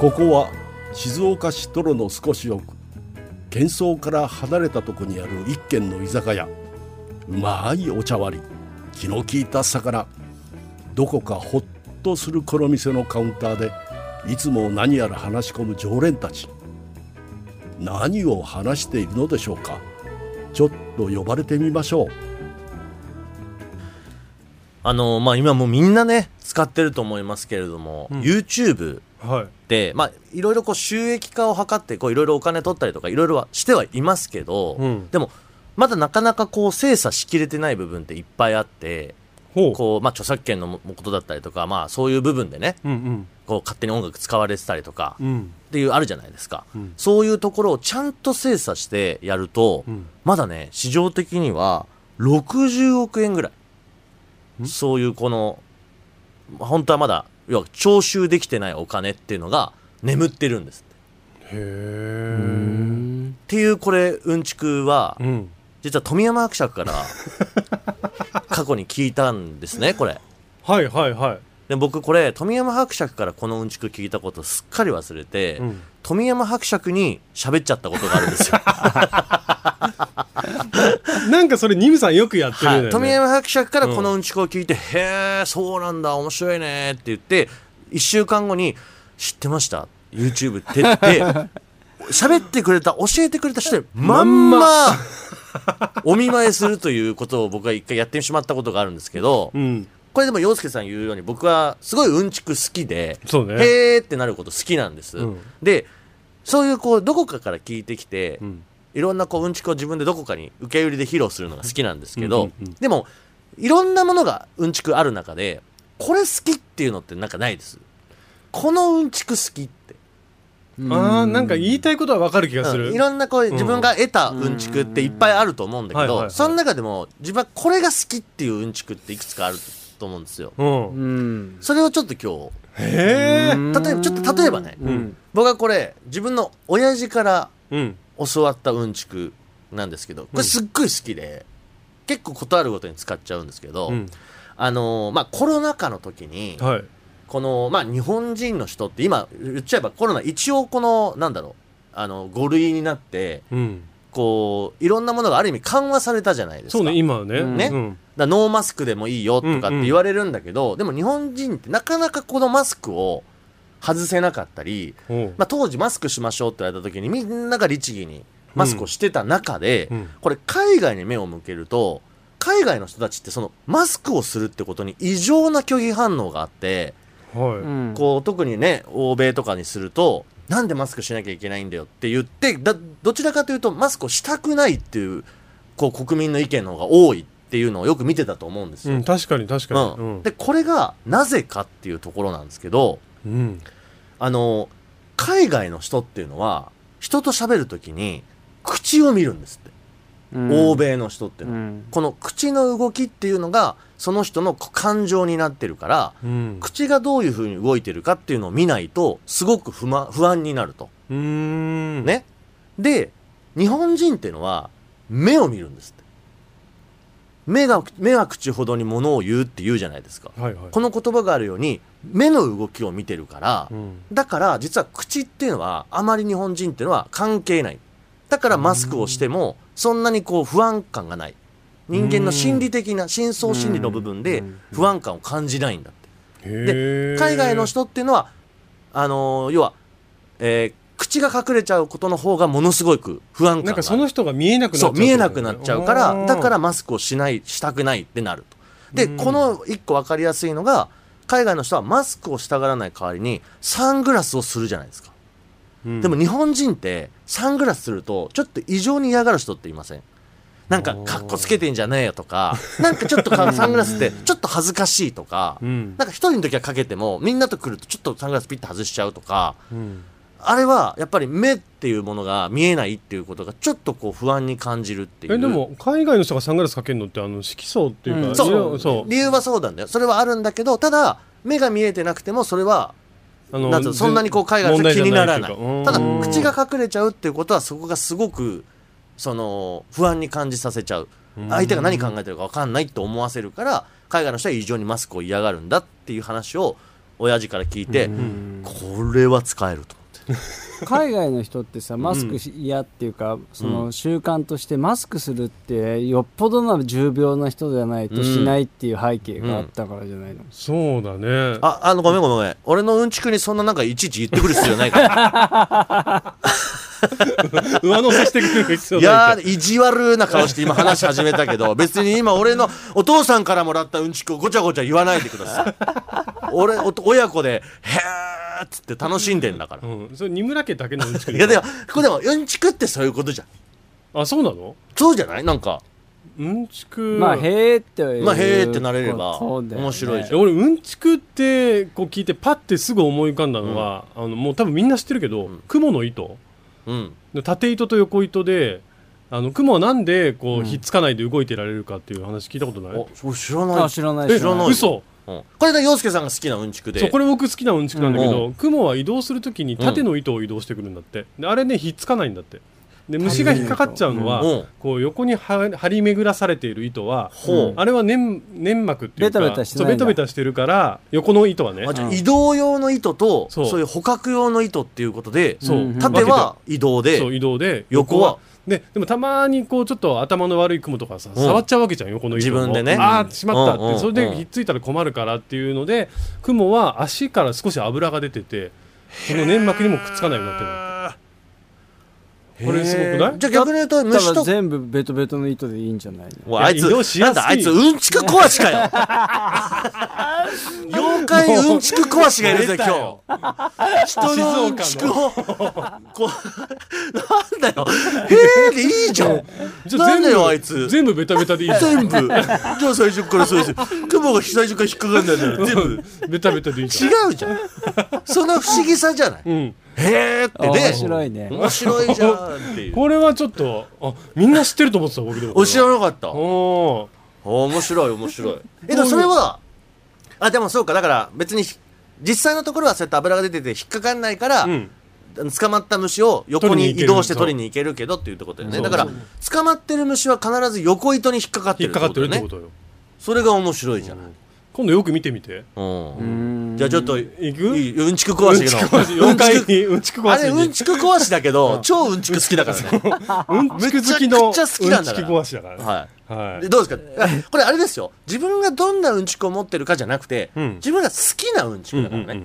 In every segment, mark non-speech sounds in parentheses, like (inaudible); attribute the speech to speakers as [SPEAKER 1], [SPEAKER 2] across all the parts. [SPEAKER 1] ここは静岡市泥の少し奥喧騒から離れたとこにある一軒の居酒屋うまいお茶割り気の利いた魚どこかほっとするこの店のカウンターでいつも何やら話し込む常連たち何を話しているのでしょうかちょっと呼ばれてみましょう
[SPEAKER 2] あのまあ、今もうみんなね使ってると思いますけれども、
[SPEAKER 3] うん
[SPEAKER 2] YouTube
[SPEAKER 3] はい。
[SPEAKER 2] で、まあ、いろいろこう収益化を図ってこういろいろお金取ったりとかいろいろはしてはいますけど、
[SPEAKER 3] うん
[SPEAKER 2] でもまだなかなかこう精査しきれてない部分っていっぱいあって
[SPEAKER 3] ほう。
[SPEAKER 2] こう、まあ、著作権のことだったりとか、まあ、そういう部分でね
[SPEAKER 3] うん
[SPEAKER 2] こう勝手に音楽使われてたりとか
[SPEAKER 3] うん。うん。
[SPEAKER 2] っていうあるじゃないですか、
[SPEAKER 3] うん
[SPEAKER 2] そういうところをちゃんと精査してやると、
[SPEAKER 3] うん
[SPEAKER 2] まだね市場的には60億円ぐらいそういうこの本当はまだ要は徴収できてないお金っていうのが眠ってるんですって
[SPEAKER 3] へえ。
[SPEAKER 2] っていうこれうんちくは、
[SPEAKER 3] うん。
[SPEAKER 2] 実は富山伯爵
[SPEAKER 3] (laughs)
[SPEAKER 2] から過去に聞いたんですねこれ
[SPEAKER 3] はいはいはい。
[SPEAKER 2] で僕これ富山伯爵からこのうんちく聞いたことすっかり忘れて、
[SPEAKER 3] うん
[SPEAKER 2] 富山伯爵に喋っちゃったことがあるんですよ
[SPEAKER 3] なんかそれニムさんよくやってる
[SPEAKER 2] は
[SPEAKER 3] んだよね。
[SPEAKER 2] い、富山伯爵からこのうんちくを聞いて、へえそうなんだ面白いねって言って1週間後に知ってました YouTube って言って (laughs) 喋ってくれた教えてくれた人にまんま
[SPEAKER 3] (laughs)
[SPEAKER 2] お見舞いするということを僕は一回やってしまったことがあるんですけど、
[SPEAKER 3] うん。
[SPEAKER 2] これでも洋介さん言うように僕はすごいうんちく好きで、
[SPEAKER 3] そうね
[SPEAKER 2] へーってなること好きなんです、
[SPEAKER 3] うん
[SPEAKER 2] でそういうこうどこかから聞いてきて、
[SPEAKER 3] ん
[SPEAKER 2] いろんなこううんちくを自分でどこかに受け売りで披露するのが好きなんですけど、
[SPEAKER 3] うんうんうん
[SPEAKER 2] でもいろんなものがうんちくある中でこれ好きっていうのってなんかないですこのうんちく好きって
[SPEAKER 3] ああ、なんか言いたいことはわかる気がす
[SPEAKER 2] う
[SPEAKER 3] る。
[SPEAKER 2] んいろんなこう自分が得たうんちくっていっぱいあると思うんだけ
[SPEAKER 3] うんはいはい
[SPEAKER 2] ど、
[SPEAKER 3] はい
[SPEAKER 2] その中でも自分はこれが好きっていううんちくっていくつかあると思うんですよ。
[SPEAKER 3] うん。
[SPEAKER 4] うん。
[SPEAKER 2] それをちょっと今日
[SPEAKER 3] へえ。
[SPEAKER 2] 例えばちょっと例えばね、
[SPEAKER 4] ん
[SPEAKER 2] 僕はこれ自分の親父から
[SPEAKER 3] うん。
[SPEAKER 2] 教わったうんちくなんですけどこれすっごい好きで、結構ことあるごとに使っちゃうんですけど、
[SPEAKER 3] うん。
[SPEAKER 2] あのーまあコロナ禍の時に
[SPEAKER 3] はい。
[SPEAKER 2] この、まあ、日本人の人って今言っちゃえばコロナ一応このなんだろうあの5類になって
[SPEAKER 3] うん。
[SPEAKER 2] こういろんなものがある意味緩和されたじゃないですか
[SPEAKER 3] そうね、今はね。
[SPEAKER 2] ね
[SPEAKER 3] うん。
[SPEAKER 2] だからノーマスクでもいいよとかっ
[SPEAKER 3] うんう
[SPEAKER 2] て
[SPEAKER 3] ん
[SPEAKER 2] 言われるんだけど、でも日本人ってなかなかこのマスクを外せなかったり、
[SPEAKER 3] おう
[SPEAKER 2] まあ、当時マスクしましょうって言われた時にみんなが律儀にマスクをしてた中で、
[SPEAKER 3] うんうん
[SPEAKER 2] これ海外に目を向けると海外の人たちってそのマスクをするってことに異常な拒否反応があって、
[SPEAKER 3] は
[SPEAKER 2] こう特にね欧米とかにするとなんでマスクしなきゃいけないんだよって言ってだどちらかというとマスクをしたくないっていうこう国民の意見の方が多いっていうのをよく見てたと思うんです
[SPEAKER 3] い。う
[SPEAKER 2] よ。
[SPEAKER 3] ん、確かに確か
[SPEAKER 2] う
[SPEAKER 3] に。うんん
[SPEAKER 2] で。これがなぜかっていうところなんですけど
[SPEAKER 3] うん。
[SPEAKER 2] あの海外の人っていうのは人と喋るときに口を見るんですって、欧米の人っていうのは、この口の動きっていうのがその人の感情になってるから
[SPEAKER 3] うん。
[SPEAKER 2] 口がどういうふうに動いてるかっていうのを見ないとすごく不満不安になると、
[SPEAKER 3] うーん。。
[SPEAKER 2] ねで日本人っていうのは目を見るんですって目が目は口ほどに物を言うって言うじゃないですか、
[SPEAKER 3] はいはい。
[SPEAKER 2] この言葉があるように目の動きを見てるから、
[SPEAKER 3] うん。
[SPEAKER 2] だから実は口っていうのはあまり日本人っていうのは関係ないだからマスクをしてもそんなにこう不安感がない人間の心理的な深層心理の部分で不安感を感じないんだって
[SPEAKER 3] へえ。
[SPEAKER 2] 海外の人っていうのはあのー要は、えー口が隠れちゃうことの方がものすごく不安感がある
[SPEAKER 3] なんかその人が見えなくなっち
[SPEAKER 2] そ
[SPEAKER 3] ゃ
[SPEAKER 2] う
[SPEAKER 3] う。
[SPEAKER 2] 見えなくなっちゃうか
[SPEAKER 3] お
[SPEAKER 2] ら
[SPEAKER 3] ー
[SPEAKER 2] だからマスクをしないしたくないってなるとで
[SPEAKER 3] うん
[SPEAKER 2] この一個分かりやすいのが海外の人はマスクをしたがらない代わりにサングラスをするじゃないですか
[SPEAKER 3] うん
[SPEAKER 2] でも日本人ってサングラスするとちょっと異常に嫌がる人っていませんなんかかっこつけてんじゃねえよとかなんかちょっとかサングラスってちょっと恥ずかしいとか
[SPEAKER 3] うん
[SPEAKER 2] なんか一人の時はかけてもみんなと来るとちょっとサングラスピッて外しちゃうとか
[SPEAKER 3] うん
[SPEAKER 2] あれはやっぱり目っていうものが見えないっていうことがちょっとこう不安に感じるっていう
[SPEAKER 3] えでも海外の人がサングラスかけるのってあの色相っていうか、
[SPEAKER 4] うん
[SPEAKER 2] そう
[SPEAKER 3] 色そう
[SPEAKER 2] 理由はそうなんだよそれはあるんだけどただ目が見えてなくてもそれは
[SPEAKER 3] あ
[SPEAKER 2] なんつうのそんなにこう海外の人は気にならないただ口が隠れちゃうっていうことはそこがすごくその不安に感じさせちゃう相手が何考えてるか分かんないって思わせるから海外の人は異常にマスクを嫌がるんだっていう話を親父から聞いて、
[SPEAKER 3] うん
[SPEAKER 2] これは使えると思って
[SPEAKER 4] 海外の人ってさマスクし嫌っていうか、その習慣としてマスクするってよっぽどな重病な人じゃないとしないっていう背景があったからじゃないの、
[SPEAKER 3] そうだね
[SPEAKER 2] ああのごめんごめんごめん俺のうんちくにそんななんかいちいち言ってくる必要ないから
[SPEAKER 3] 上乗せしてくる必要
[SPEAKER 2] い
[SPEAKER 3] な
[SPEAKER 2] や
[SPEAKER 3] い
[SPEAKER 2] ー意地悪な顔して今話し始めたけ
[SPEAKER 3] (laughs)
[SPEAKER 2] ど別に今俺のお父さんからもらったうんちくをごちゃごちゃ言わないでください俺お親子で「へーっつって楽しんでんだから
[SPEAKER 3] じゃんうんそれ二村家だけのうんちく
[SPEAKER 2] いやでもこれでもうんちくってそういうことじゃん
[SPEAKER 3] あそうなの
[SPEAKER 2] そうじゃないなんか
[SPEAKER 3] うんちく
[SPEAKER 4] まあへーっていう
[SPEAKER 2] まあへーってなれれば
[SPEAKER 4] ことだよね
[SPEAKER 2] 面白いじゃん
[SPEAKER 3] え俺うんちくってこう聞いてパッてすぐ思い浮かんだのは、あのもう多分みんな知ってるけど、雲の糸
[SPEAKER 2] うん
[SPEAKER 3] で縦糸と横糸であの雲はなんでこう、ひっつかないで動いてられるかっていう話聞いたことない
[SPEAKER 2] おそれ知らない
[SPEAKER 4] あ知らない
[SPEAKER 3] え
[SPEAKER 4] 知らない
[SPEAKER 2] よ
[SPEAKER 3] 嘘
[SPEAKER 2] うんこれが洋介さんが好きなうんちくで
[SPEAKER 3] そうこれ僕好きなうんちくなんだけど、雲は移動するときに縦の糸を移動してくるんだってであれねひっつかないんだってで虫が引っかかっちゃうのは、
[SPEAKER 2] うん
[SPEAKER 3] こう横には張り巡らされている糸は、
[SPEAKER 2] ほう
[SPEAKER 3] あれは粘粘膜っていうか
[SPEAKER 4] ベタベタしてないんだ
[SPEAKER 3] そうベタベタしてるから横の糸はね
[SPEAKER 2] あじゃあ
[SPEAKER 4] うん
[SPEAKER 2] 移動用の糸と
[SPEAKER 3] そう
[SPEAKER 2] そういう捕獲用の糸っていうことで
[SPEAKER 3] そう、
[SPEAKER 4] うん
[SPEAKER 2] 縦は移動で
[SPEAKER 3] そう移動で
[SPEAKER 2] 横は
[SPEAKER 3] ででもたまにこうちょっと頭の悪い雲とかさ、
[SPEAKER 2] うん
[SPEAKER 3] 触っちゃうわけじゃん横の糸も
[SPEAKER 2] 自分でね
[SPEAKER 3] ああしまったって、
[SPEAKER 2] うんうんうん
[SPEAKER 3] それでひっついたら困るからっていうので雲は足から少し油が出ててその粘膜にもくっつかないようになってる
[SPEAKER 2] へー
[SPEAKER 3] これすごくない
[SPEAKER 2] じゃあ逆に言うと
[SPEAKER 4] だか
[SPEAKER 2] 虫
[SPEAKER 4] ら
[SPEAKER 2] と
[SPEAKER 4] 全部ベトベトの糸でいいんじゃないの
[SPEAKER 2] おいあい
[SPEAKER 3] いや
[SPEAKER 2] つ
[SPEAKER 3] 移動しや
[SPEAKER 2] な
[SPEAKER 3] す
[SPEAKER 2] んだあい
[SPEAKER 3] い
[SPEAKER 2] つうんちく壊しか
[SPEAKER 3] (laughs)
[SPEAKER 2] よ妖怪うんちく壊しがいるぜ今日
[SPEAKER 3] (laughs)
[SPEAKER 2] 人のうんちくをこうなんだよへえでいいじゃん
[SPEAKER 3] じゃあ
[SPEAKER 2] な
[SPEAKER 3] 全
[SPEAKER 2] ん
[SPEAKER 3] 部
[SPEAKER 2] だよあいつ
[SPEAKER 3] 全部ベタベタでいいじゃん
[SPEAKER 2] 全部じゃあ最初からそうです雲が最初から引っかかんないなら (laughs) 全部
[SPEAKER 3] ベタベタでいいじゃん
[SPEAKER 2] 違うじゃんその不思議さじゃない、
[SPEAKER 3] ん
[SPEAKER 2] へーってね
[SPEAKER 4] 面白いね
[SPEAKER 2] 面白いじゃんって
[SPEAKER 3] (laughs)
[SPEAKER 2] いう
[SPEAKER 3] これはちょっとあみんな知ってると思ってた僕でも
[SPEAKER 2] お知らなかったお
[SPEAKER 3] おー
[SPEAKER 2] 面白い面白い (laughs) えでもそれはあでもそうかだから別にひ実際のところはそうやって油が出てて引っかかんないから、
[SPEAKER 3] うん
[SPEAKER 2] 捕まった虫を横に
[SPEAKER 3] 取りに行け
[SPEAKER 2] 移
[SPEAKER 3] る
[SPEAKER 2] 動して取りに行けるけどっていうところだよねだから捕まってる虫は必ず横糸に引っかかって
[SPEAKER 3] 引
[SPEAKER 2] る
[SPEAKER 3] っかかってるっ
[SPEAKER 2] だ
[SPEAKER 3] て
[SPEAKER 2] よ
[SPEAKER 3] こ
[SPEAKER 2] ね
[SPEAKER 3] とよ
[SPEAKER 2] それが面白いじゃない、
[SPEAKER 3] 今度よく見てみて
[SPEAKER 2] うん
[SPEAKER 4] うん
[SPEAKER 2] じゃあちょっとい
[SPEAKER 3] 行く
[SPEAKER 2] いうんちく壊しだけど
[SPEAKER 3] 妖怪にうんちく
[SPEAKER 2] あ
[SPEAKER 3] 壊
[SPEAKER 2] れ
[SPEAKER 3] し
[SPEAKER 2] うん
[SPEAKER 3] に
[SPEAKER 2] ちく壊しだけど超うんちく好きだから (laughs) ね
[SPEAKER 3] うんちく好きのう
[SPEAKER 2] め
[SPEAKER 3] ん
[SPEAKER 2] ちゃくちゃ好きなんだ
[SPEAKER 3] ち
[SPEAKER 2] か
[SPEAKER 3] く
[SPEAKER 2] ら
[SPEAKER 3] 壊しだからね
[SPEAKER 2] は。
[SPEAKER 3] はいい
[SPEAKER 2] でどうですか。あ (laughs) これあれですよ。自分がどんなうんちくを持ってるかじゃなくて、
[SPEAKER 3] うん
[SPEAKER 2] 自分が好きなうんちくだからね。
[SPEAKER 3] う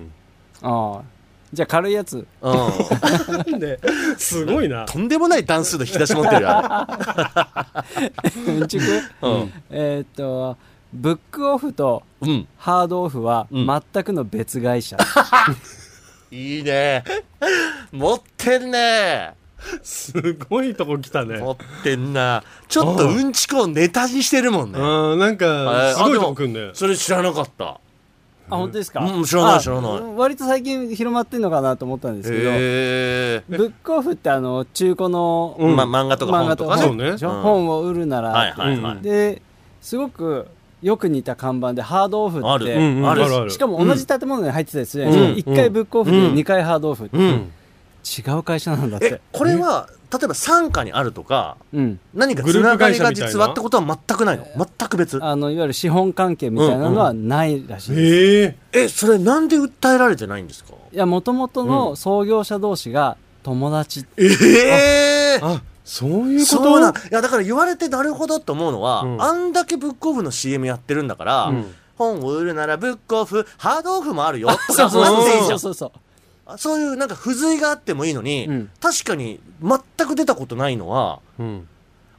[SPEAKER 4] ああじゃあ軽いやつ
[SPEAKER 2] うん
[SPEAKER 3] んうんですごい
[SPEAKER 2] (laughs)
[SPEAKER 3] な
[SPEAKER 2] とんでもない段数の引き出し持ってるよ。あ
[SPEAKER 4] うんちく
[SPEAKER 2] れうん。
[SPEAKER 4] えーっとブックオフと
[SPEAKER 2] (laughs) うん。
[SPEAKER 4] ハードオフは全くの別会社、
[SPEAKER 2] いいね。持ってんね。
[SPEAKER 3] すごいとこ来たね
[SPEAKER 2] 持ってんな。ちょっとうんちくをネタにしてるもんね。
[SPEAKER 3] うんな
[SPEAKER 2] は
[SPEAKER 3] んかすごいとこ来んね
[SPEAKER 2] それ知らなかった。
[SPEAKER 4] あ本当ですか、
[SPEAKER 2] うん知らない
[SPEAKER 4] あ
[SPEAKER 2] 知らない
[SPEAKER 4] 割と最近広まってんのかなと思ったんですけど、
[SPEAKER 2] へえ。
[SPEAKER 4] ブックオフってあの中古の、
[SPEAKER 3] うん
[SPEAKER 2] ま漫画とか
[SPEAKER 4] 漫
[SPEAKER 2] 本
[SPEAKER 4] 画
[SPEAKER 2] と
[SPEAKER 4] と
[SPEAKER 2] か
[SPEAKER 4] か
[SPEAKER 2] ね。
[SPEAKER 3] そう
[SPEAKER 4] 本,、
[SPEAKER 3] ね
[SPEAKER 2] うん
[SPEAKER 4] 本を売るなら、
[SPEAKER 2] はいはいはい。
[SPEAKER 4] ですごくよく似た看板でハードオフ
[SPEAKER 2] あ
[SPEAKER 4] って、
[SPEAKER 2] る
[SPEAKER 3] うんうん
[SPEAKER 2] ある
[SPEAKER 3] ある
[SPEAKER 4] しかも同じ建物に入ってたりするじゃないですか、
[SPEAKER 3] うん
[SPEAKER 4] 1回ブックオフで
[SPEAKER 2] うん
[SPEAKER 4] 2回ハードオフって、
[SPEAKER 2] うん。
[SPEAKER 4] 違う会社なんだって
[SPEAKER 2] え、これは例えば傘下にあるとか。
[SPEAKER 4] うん、
[SPEAKER 2] 何か
[SPEAKER 3] グ
[SPEAKER 2] つ
[SPEAKER 3] ルー
[SPEAKER 2] な
[SPEAKER 3] プ
[SPEAKER 2] が
[SPEAKER 3] 会
[SPEAKER 2] り
[SPEAKER 3] 社
[SPEAKER 2] が
[SPEAKER 3] みたいな
[SPEAKER 2] 実はってことは全くないの全く別
[SPEAKER 4] あのいわゆる資本関係みたいなのはないらしいです、
[SPEAKER 3] ええ
[SPEAKER 2] えそれなんで訴えられてないんですか
[SPEAKER 4] いやもともとの創業者同士が友達って、
[SPEAKER 2] ええ
[SPEAKER 3] あそういうこと
[SPEAKER 2] そうなんいやだから言われてなるほどって思うのは、
[SPEAKER 3] うん
[SPEAKER 2] あんだけブックオフの CM やってるんだから、
[SPEAKER 3] うん
[SPEAKER 2] 本を売るならブックオフハードオフもあるよと
[SPEAKER 4] そう
[SPEAKER 2] か
[SPEAKER 4] そう
[SPEAKER 2] なっていいじ
[SPEAKER 4] そ
[SPEAKER 2] ゃ
[SPEAKER 4] うんそうそう
[SPEAKER 2] あそういうなんか不随があってもいいのに、
[SPEAKER 4] うん
[SPEAKER 2] 確かに全く出たことないのは
[SPEAKER 3] うん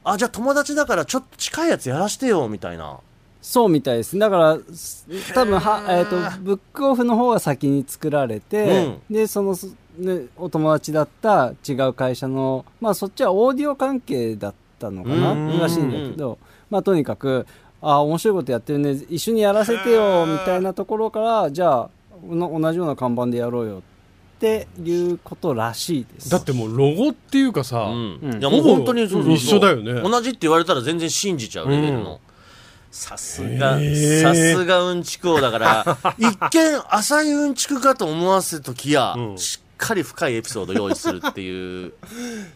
[SPEAKER 2] あじゃあ友達だからちょっと近いやつやらしてよみたいな
[SPEAKER 4] そうみたいですだからす多分は、えー、とブックオフの方が先に作られて、でその、すね、お友達だった違う会社のまあそっちはオーディオ関係だったのか
[SPEAKER 2] うん
[SPEAKER 4] ならしいんだけど、まあ、とにかくああ面白いことやってるね一緒にやらせてよみたいなところからじゃあの同じような看板でやろうよっていうことらしいです
[SPEAKER 3] だってもうロゴっていうかさ
[SPEAKER 2] うん
[SPEAKER 4] うん
[SPEAKER 2] いやもう
[SPEAKER 3] ほぼ
[SPEAKER 2] 本当にそうそうそう
[SPEAKER 3] 一緒だよね
[SPEAKER 2] 同じって言われたら全然信じちゃうレベルの、
[SPEAKER 3] うん
[SPEAKER 2] さすが
[SPEAKER 3] へー
[SPEAKER 2] さす (laughs) がうんちく王だから一見浅いうんちくかと思わせときや、
[SPEAKER 3] うん
[SPEAKER 2] しっかり深いエピソード用意するって
[SPEAKER 3] (laughs)
[SPEAKER 2] いう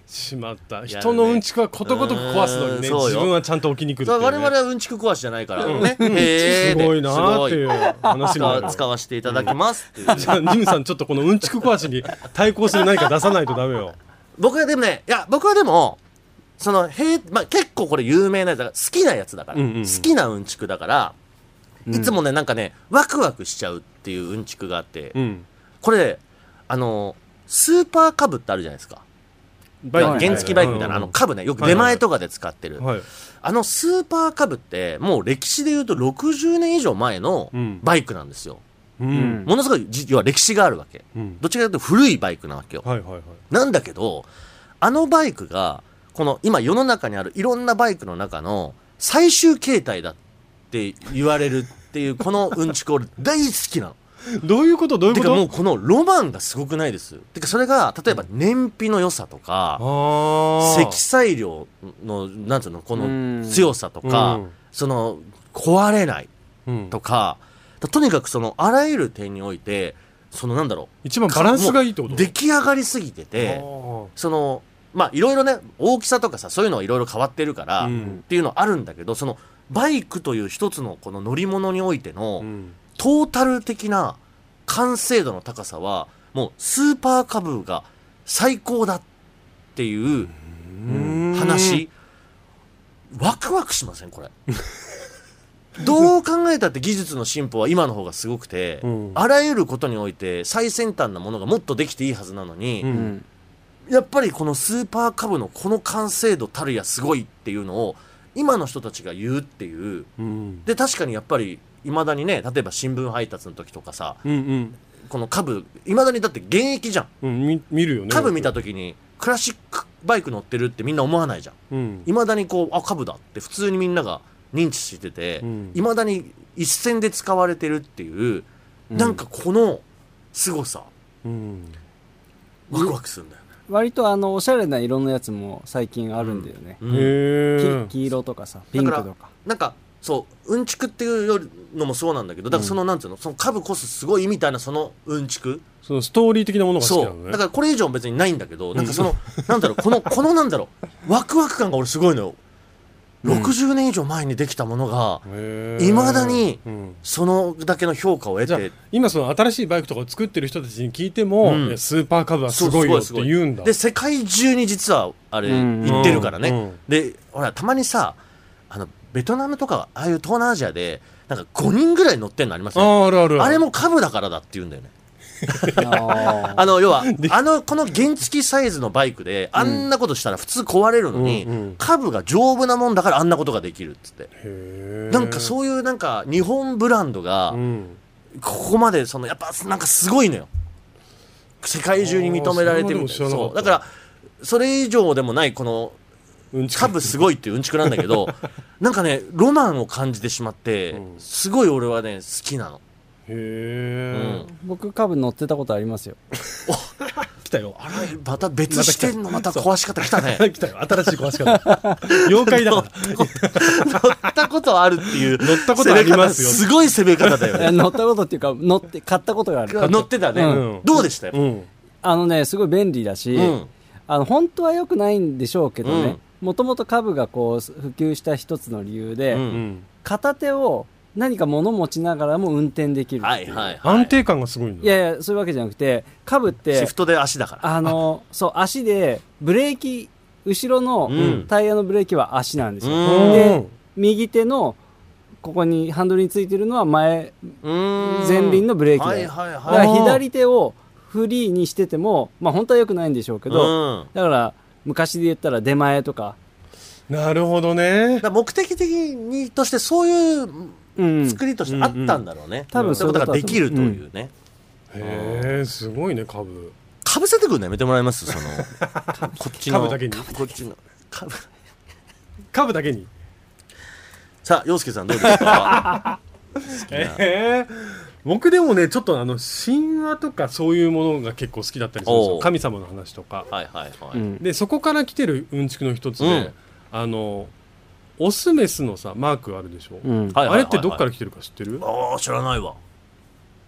[SPEAKER 3] しまった人のうんちくはことごとく壊すの
[SPEAKER 2] う
[SPEAKER 3] にね
[SPEAKER 2] んそうよ
[SPEAKER 3] 自分はちゃんと置きに来るってい
[SPEAKER 2] 我
[SPEAKER 3] うね
[SPEAKER 2] 々はうんちく壊しじゃないからね、へ
[SPEAKER 3] す
[SPEAKER 2] ーです
[SPEAKER 3] ごいなーっていう話
[SPEAKER 2] す
[SPEAKER 3] に
[SPEAKER 2] ご使
[SPEAKER 3] ないる
[SPEAKER 2] わ使わせていただきますっていう
[SPEAKER 3] じゃあニムさんちょっとこのうんちく壊しに対抗する何か出さないとダメよ
[SPEAKER 2] 僕はでもねいや僕はでもそのへい、まあ、結構これ有名なやつだから好きなやつだから、
[SPEAKER 3] うんうんうん
[SPEAKER 2] 好きなうんちくだからいつもねなんかねワクワクしちゃうっていううんちくがあって、
[SPEAKER 3] うん
[SPEAKER 2] これあのスーパーカブってあるじゃないですか
[SPEAKER 3] バイクみたいな
[SPEAKER 2] 原付バイクみたいなあのカブねよく出前とかで使ってる、
[SPEAKER 3] はい
[SPEAKER 2] あのスーパーカブってもう歴史でいうと60年以上前の
[SPEAKER 3] うん
[SPEAKER 2] バイクなんですよ、
[SPEAKER 3] うん
[SPEAKER 2] ものすごいじ要は歴史があるわけ
[SPEAKER 3] うん
[SPEAKER 2] どっちかというと古いバイクなわけよ、
[SPEAKER 3] はいはいはい
[SPEAKER 2] なんだけど、あのバイクが、この今世の中にあるいろんなバイクの中の最終形態だって言われるっていう、このうんちく俺 (laughs) 大好きなの。
[SPEAKER 3] どういうことどういう
[SPEAKER 2] て
[SPEAKER 3] こ
[SPEAKER 2] かもう
[SPEAKER 3] と
[SPEAKER 2] このロマンがすごくないです。てかそれが、例えば燃費の良さとか、
[SPEAKER 3] あ
[SPEAKER 2] 積載量の、なんつうの、こ
[SPEAKER 4] うん
[SPEAKER 2] の強さとか
[SPEAKER 3] うん、
[SPEAKER 2] その、壊れない
[SPEAKER 3] うん
[SPEAKER 2] とか、とにかくその、あらゆる点において、そのなんだろ
[SPEAKER 3] 一番
[SPEAKER 2] う。
[SPEAKER 3] バランスがいいってこ
[SPEAKER 2] も
[SPEAKER 3] と
[SPEAKER 2] う出来上がりすぎてて、そのまあいろいろね大きさとかさそういうのはいろいろ変わってるから、
[SPEAKER 3] あーう
[SPEAKER 2] っ
[SPEAKER 3] ん
[SPEAKER 2] ていうのあるんだけどそのバイクという一つのこの乗り物においての、
[SPEAKER 3] うん
[SPEAKER 2] トータル的な完成度の高さはもうスーパーカブが最高だっていう話、ワクワクしませんこれ (laughs) どう考えたって技術の進歩は今の方がすごくて、
[SPEAKER 3] うん
[SPEAKER 2] あらゆることにおいて最先端なものがもっとできていいはずなのに、
[SPEAKER 3] う
[SPEAKER 4] うんん
[SPEAKER 2] やっぱりこのスーパーカブのこの完成度たるやすごいっていうのを今の人たちが言うっていう
[SPEAKER 3] うん
[SPEAKER 2] で確かにやっぱりいまだにね例えば新聞配達の時とかさ
[SPEAKER 3] うんうん
[SPEAKER 2] このカブいまだにだって現役じゃん
[SPEAKER 3] うんみ見るよね
[SPEAKER 2] カブ見た時にクラシックバイク乗ってるってみんな思わないじゃん
[SPEAKER 3] うん
[SPEAKER 2] いまだにこうあカブだって普通にみんなが認知してて
[SPEAKER 3] うん
[SPEAKER 2] いまだに一戦で使われてるっていうなんかこの凄さ
[SPEAKER 3] うん
[SPEAKER 2] ワクワクするんだよね
[SPEAKER 4] 割とあのおしゃれな色のやつも最近あるんだよね、
[SPEAKER 2] う
[SPEAKER 3] へ
[SPEAKER 2] ん
[SPEAKER 3] え
[SPEAKER 4] き黄色とかさピンクとか
[SPEAKER 2] なんかそううんちくっていうよりのもそうなんだけどだからその、なんていうのその株こそすごいみたいなそのうんちく
[SPEAKER 3] そのストーリー的なものが好き
[SPEAKER 2] そ
[SPEAKER 3] なの
[SPEAKER 2] う
[SPEAKER 3] ね
[SPEAKER 2] だからこれ以上別にないんだけど、なんかそのなんだろうこのこのなんだろうワクワク感が俺すごいのよ、60年以上前にできたものが
[SPEAKER 3] い
[SPEAKER 2] いまだに
[SPEAKER 3] うん
[SPEAKER 2] そのだけの評価を得
[SPEAKER 3] じゃあ
[SPEAKER 2] て
[SPEAKER 3] 今その新しいバイクとかを作ってる人たちに聞いても、
[SPEAKER 2] うん
[SPEAKER 3] いやスーパーカブはすごいよって言うんだ
[SPEAKER 2] で世界中に実はあれ
[SPEAKER 4] うん
[SPEAKER 2] 行ってるからね、
[SPEAKER 3] うん
[SPEAKER 2] でほらたまにさあのベトナムとかああいう東南アジアでなんか5人ぐらい乗ってんのあります
[SPEAKER 3] あ
[SPEAKER 2] ね
[SPEAKER 3] ーあるある
[SPEAKER 2] あれ
[SPEAKER 3] も
[SPEAKER 2] も株だからだって言うんだよね
[SPEAKER 4] あ
[SPEAKER 2] あの要は
[SPEAKER 3] (laughs)
[SPEAKER 2] あのこの原付サイズのバイクであんなことしたら普通壊れるのに、
[SPEAKER 3] うんうん
[SPEAKER 2] カブが丈夫なもんだからあんなことができるっつって、なんか
[SPEAKER 3] う
[SPEAKER 2] そういうなんか日本ブランドが
[SPEAKER 3] ん
[SPEAKER 2] ここまでそのやっぱなんかすごいのよ世界中に認められてる
[SPEAKER 3] あーそれはでも
[SPEAKER 2] そ
[SPEAKER 3] 知らなかった
[SPEAKER 2] うだからそれ以上でもないこの
[SPEAKER 3] うんちく
[SPEAKER 2] カブすごいっていううんちくなんだけ
[SPEAKER 3] (laughs)
[SPEAKER 2] どなんかねロマンを感じてしまって
[SPEAKER 3] うん
[SPEAKER 2] すごい俺はね好きなの、う
[SPEAKER 3] へ
[SPEAKER 2] ん
[SPEAKER 3] え、
[SPEAKER 4] 僕カブ乗ってたことありますよ
[SPEAKER 3] 来たよ
[SPEAKER 2] あらまた別視点のまた壊し方きたね
[SPEAKER 3] (laughs) 来たよ新しい壊し (laughs) 方妖怪だから
[SPEAKER 2] 乗ったことあるっていう。乗った
[SPEAKER 3] ことありますよ
[SPEAKER 2] すごい攻め方だよ
[SPEAKER 4] え (laughs)
[SPEAKER 2] ね。
[SPEAKER 4] 乗ったことっていうか乗って買ったことがある
[SPEAKER 2] 乗ってたね。
[SPEAKER 3] うん
[SPEAKER 2] どうでしたよ。
[SPEAKER 3] うん
[SPEAKER 4] あのねすごい便利だし、
[SPEAKER 2] うん
[SPEAKER 4] あの本当は良くないんでしょうけどねもともと株がこう普及した一つの理由で、
[SPEAKER 2] うん
[SPEAKER 3] うん
[SPEAKER 4] 片手を何か物持ちながらも運転できるって
[SPEAKER 2] はい
[SPEAKER 4] いう
[SPEAKER 2] はいはい。
[SPEAKER 3] 安定感がすごいんだ
[SPEAKER 4] いやいやそういうわけじゃなくて株っ
[SPEAKER 2] シ
[SPEAKER 4] て
[SPEAKER 2] フトで足だから。
[SPEAKER 4] あのそう足でブレーキ後ろの
[SPEAKER 2] うん
[SPEAKER 4] タイヤのブレーキは足なんですよ、
[SPEAKER 2] うん
[SPEAKER 4] で右手のここにハンドルについてるのは前前輪のブレーキだよ
[SPEAKER 2] はいはい
[SPEAKER 4] だか
[SPEAKER 2] は
[SPEAKER 4] ら
[SPEAKER 2] い。
[SPEAKER 4] 左手をフリーにしててもまあ本当は良くないんでしょうけど、
[SPEAKER 2] うん
[SPEAKER 4] だから昔で言ったら出前とか、
[SPEAKER 3] なるほどね
[SPEAKER 2] だから目的的にとしてそういう
[SPEAKER 4] うん、
[SPEAKER 2] 作りとしてあったんだろうね。
[SPEAKER 4] 多分
[SPEAKER 2] そういうことができると
[SPEAKER 4] そうだと
[SPEAKER 2] いうね。
[SPEAKER 3] へえすごいねカブ
[SPEAKER 2] かぶせてくるのやめてもらいますその、こっちの。
[SPEAKER 3] 株だけに
[SPEAKER 2] こっちの。株
[SPEAKER 3] カブだけに
[SPEAKER 2] さあ、洋介さんどうですか
[SPEAKER 3] ええ僕でもねちょっとあの神話とかそういうものが結構好きだったりするんです
[SPEAKER 2] お
[SPEAKER 3] よ
[SPEAKER 2] う
[SPEAKER 3] 神様の話とか
[SPEAKER 2] はいはいは
[SPEAKER 4] う
[SPEAKER 2] い。
[SPEAKER 4] ん
[SPEAKER 3] でそこから来てるうんちくの一つで、
[SPEAKER 2] うん
[SPEAKER 3] あのオスメスのさマークあるでしょ、
[SPEAKER 4] う
[SPEAKER 2] はいはい
[SPEAKER 4] ん
[SPEAKER 2] はいはい
[SPEAKER 3] あれってどっから来てるか知ってる
[SPEAKER 2] ああ、知らないわ。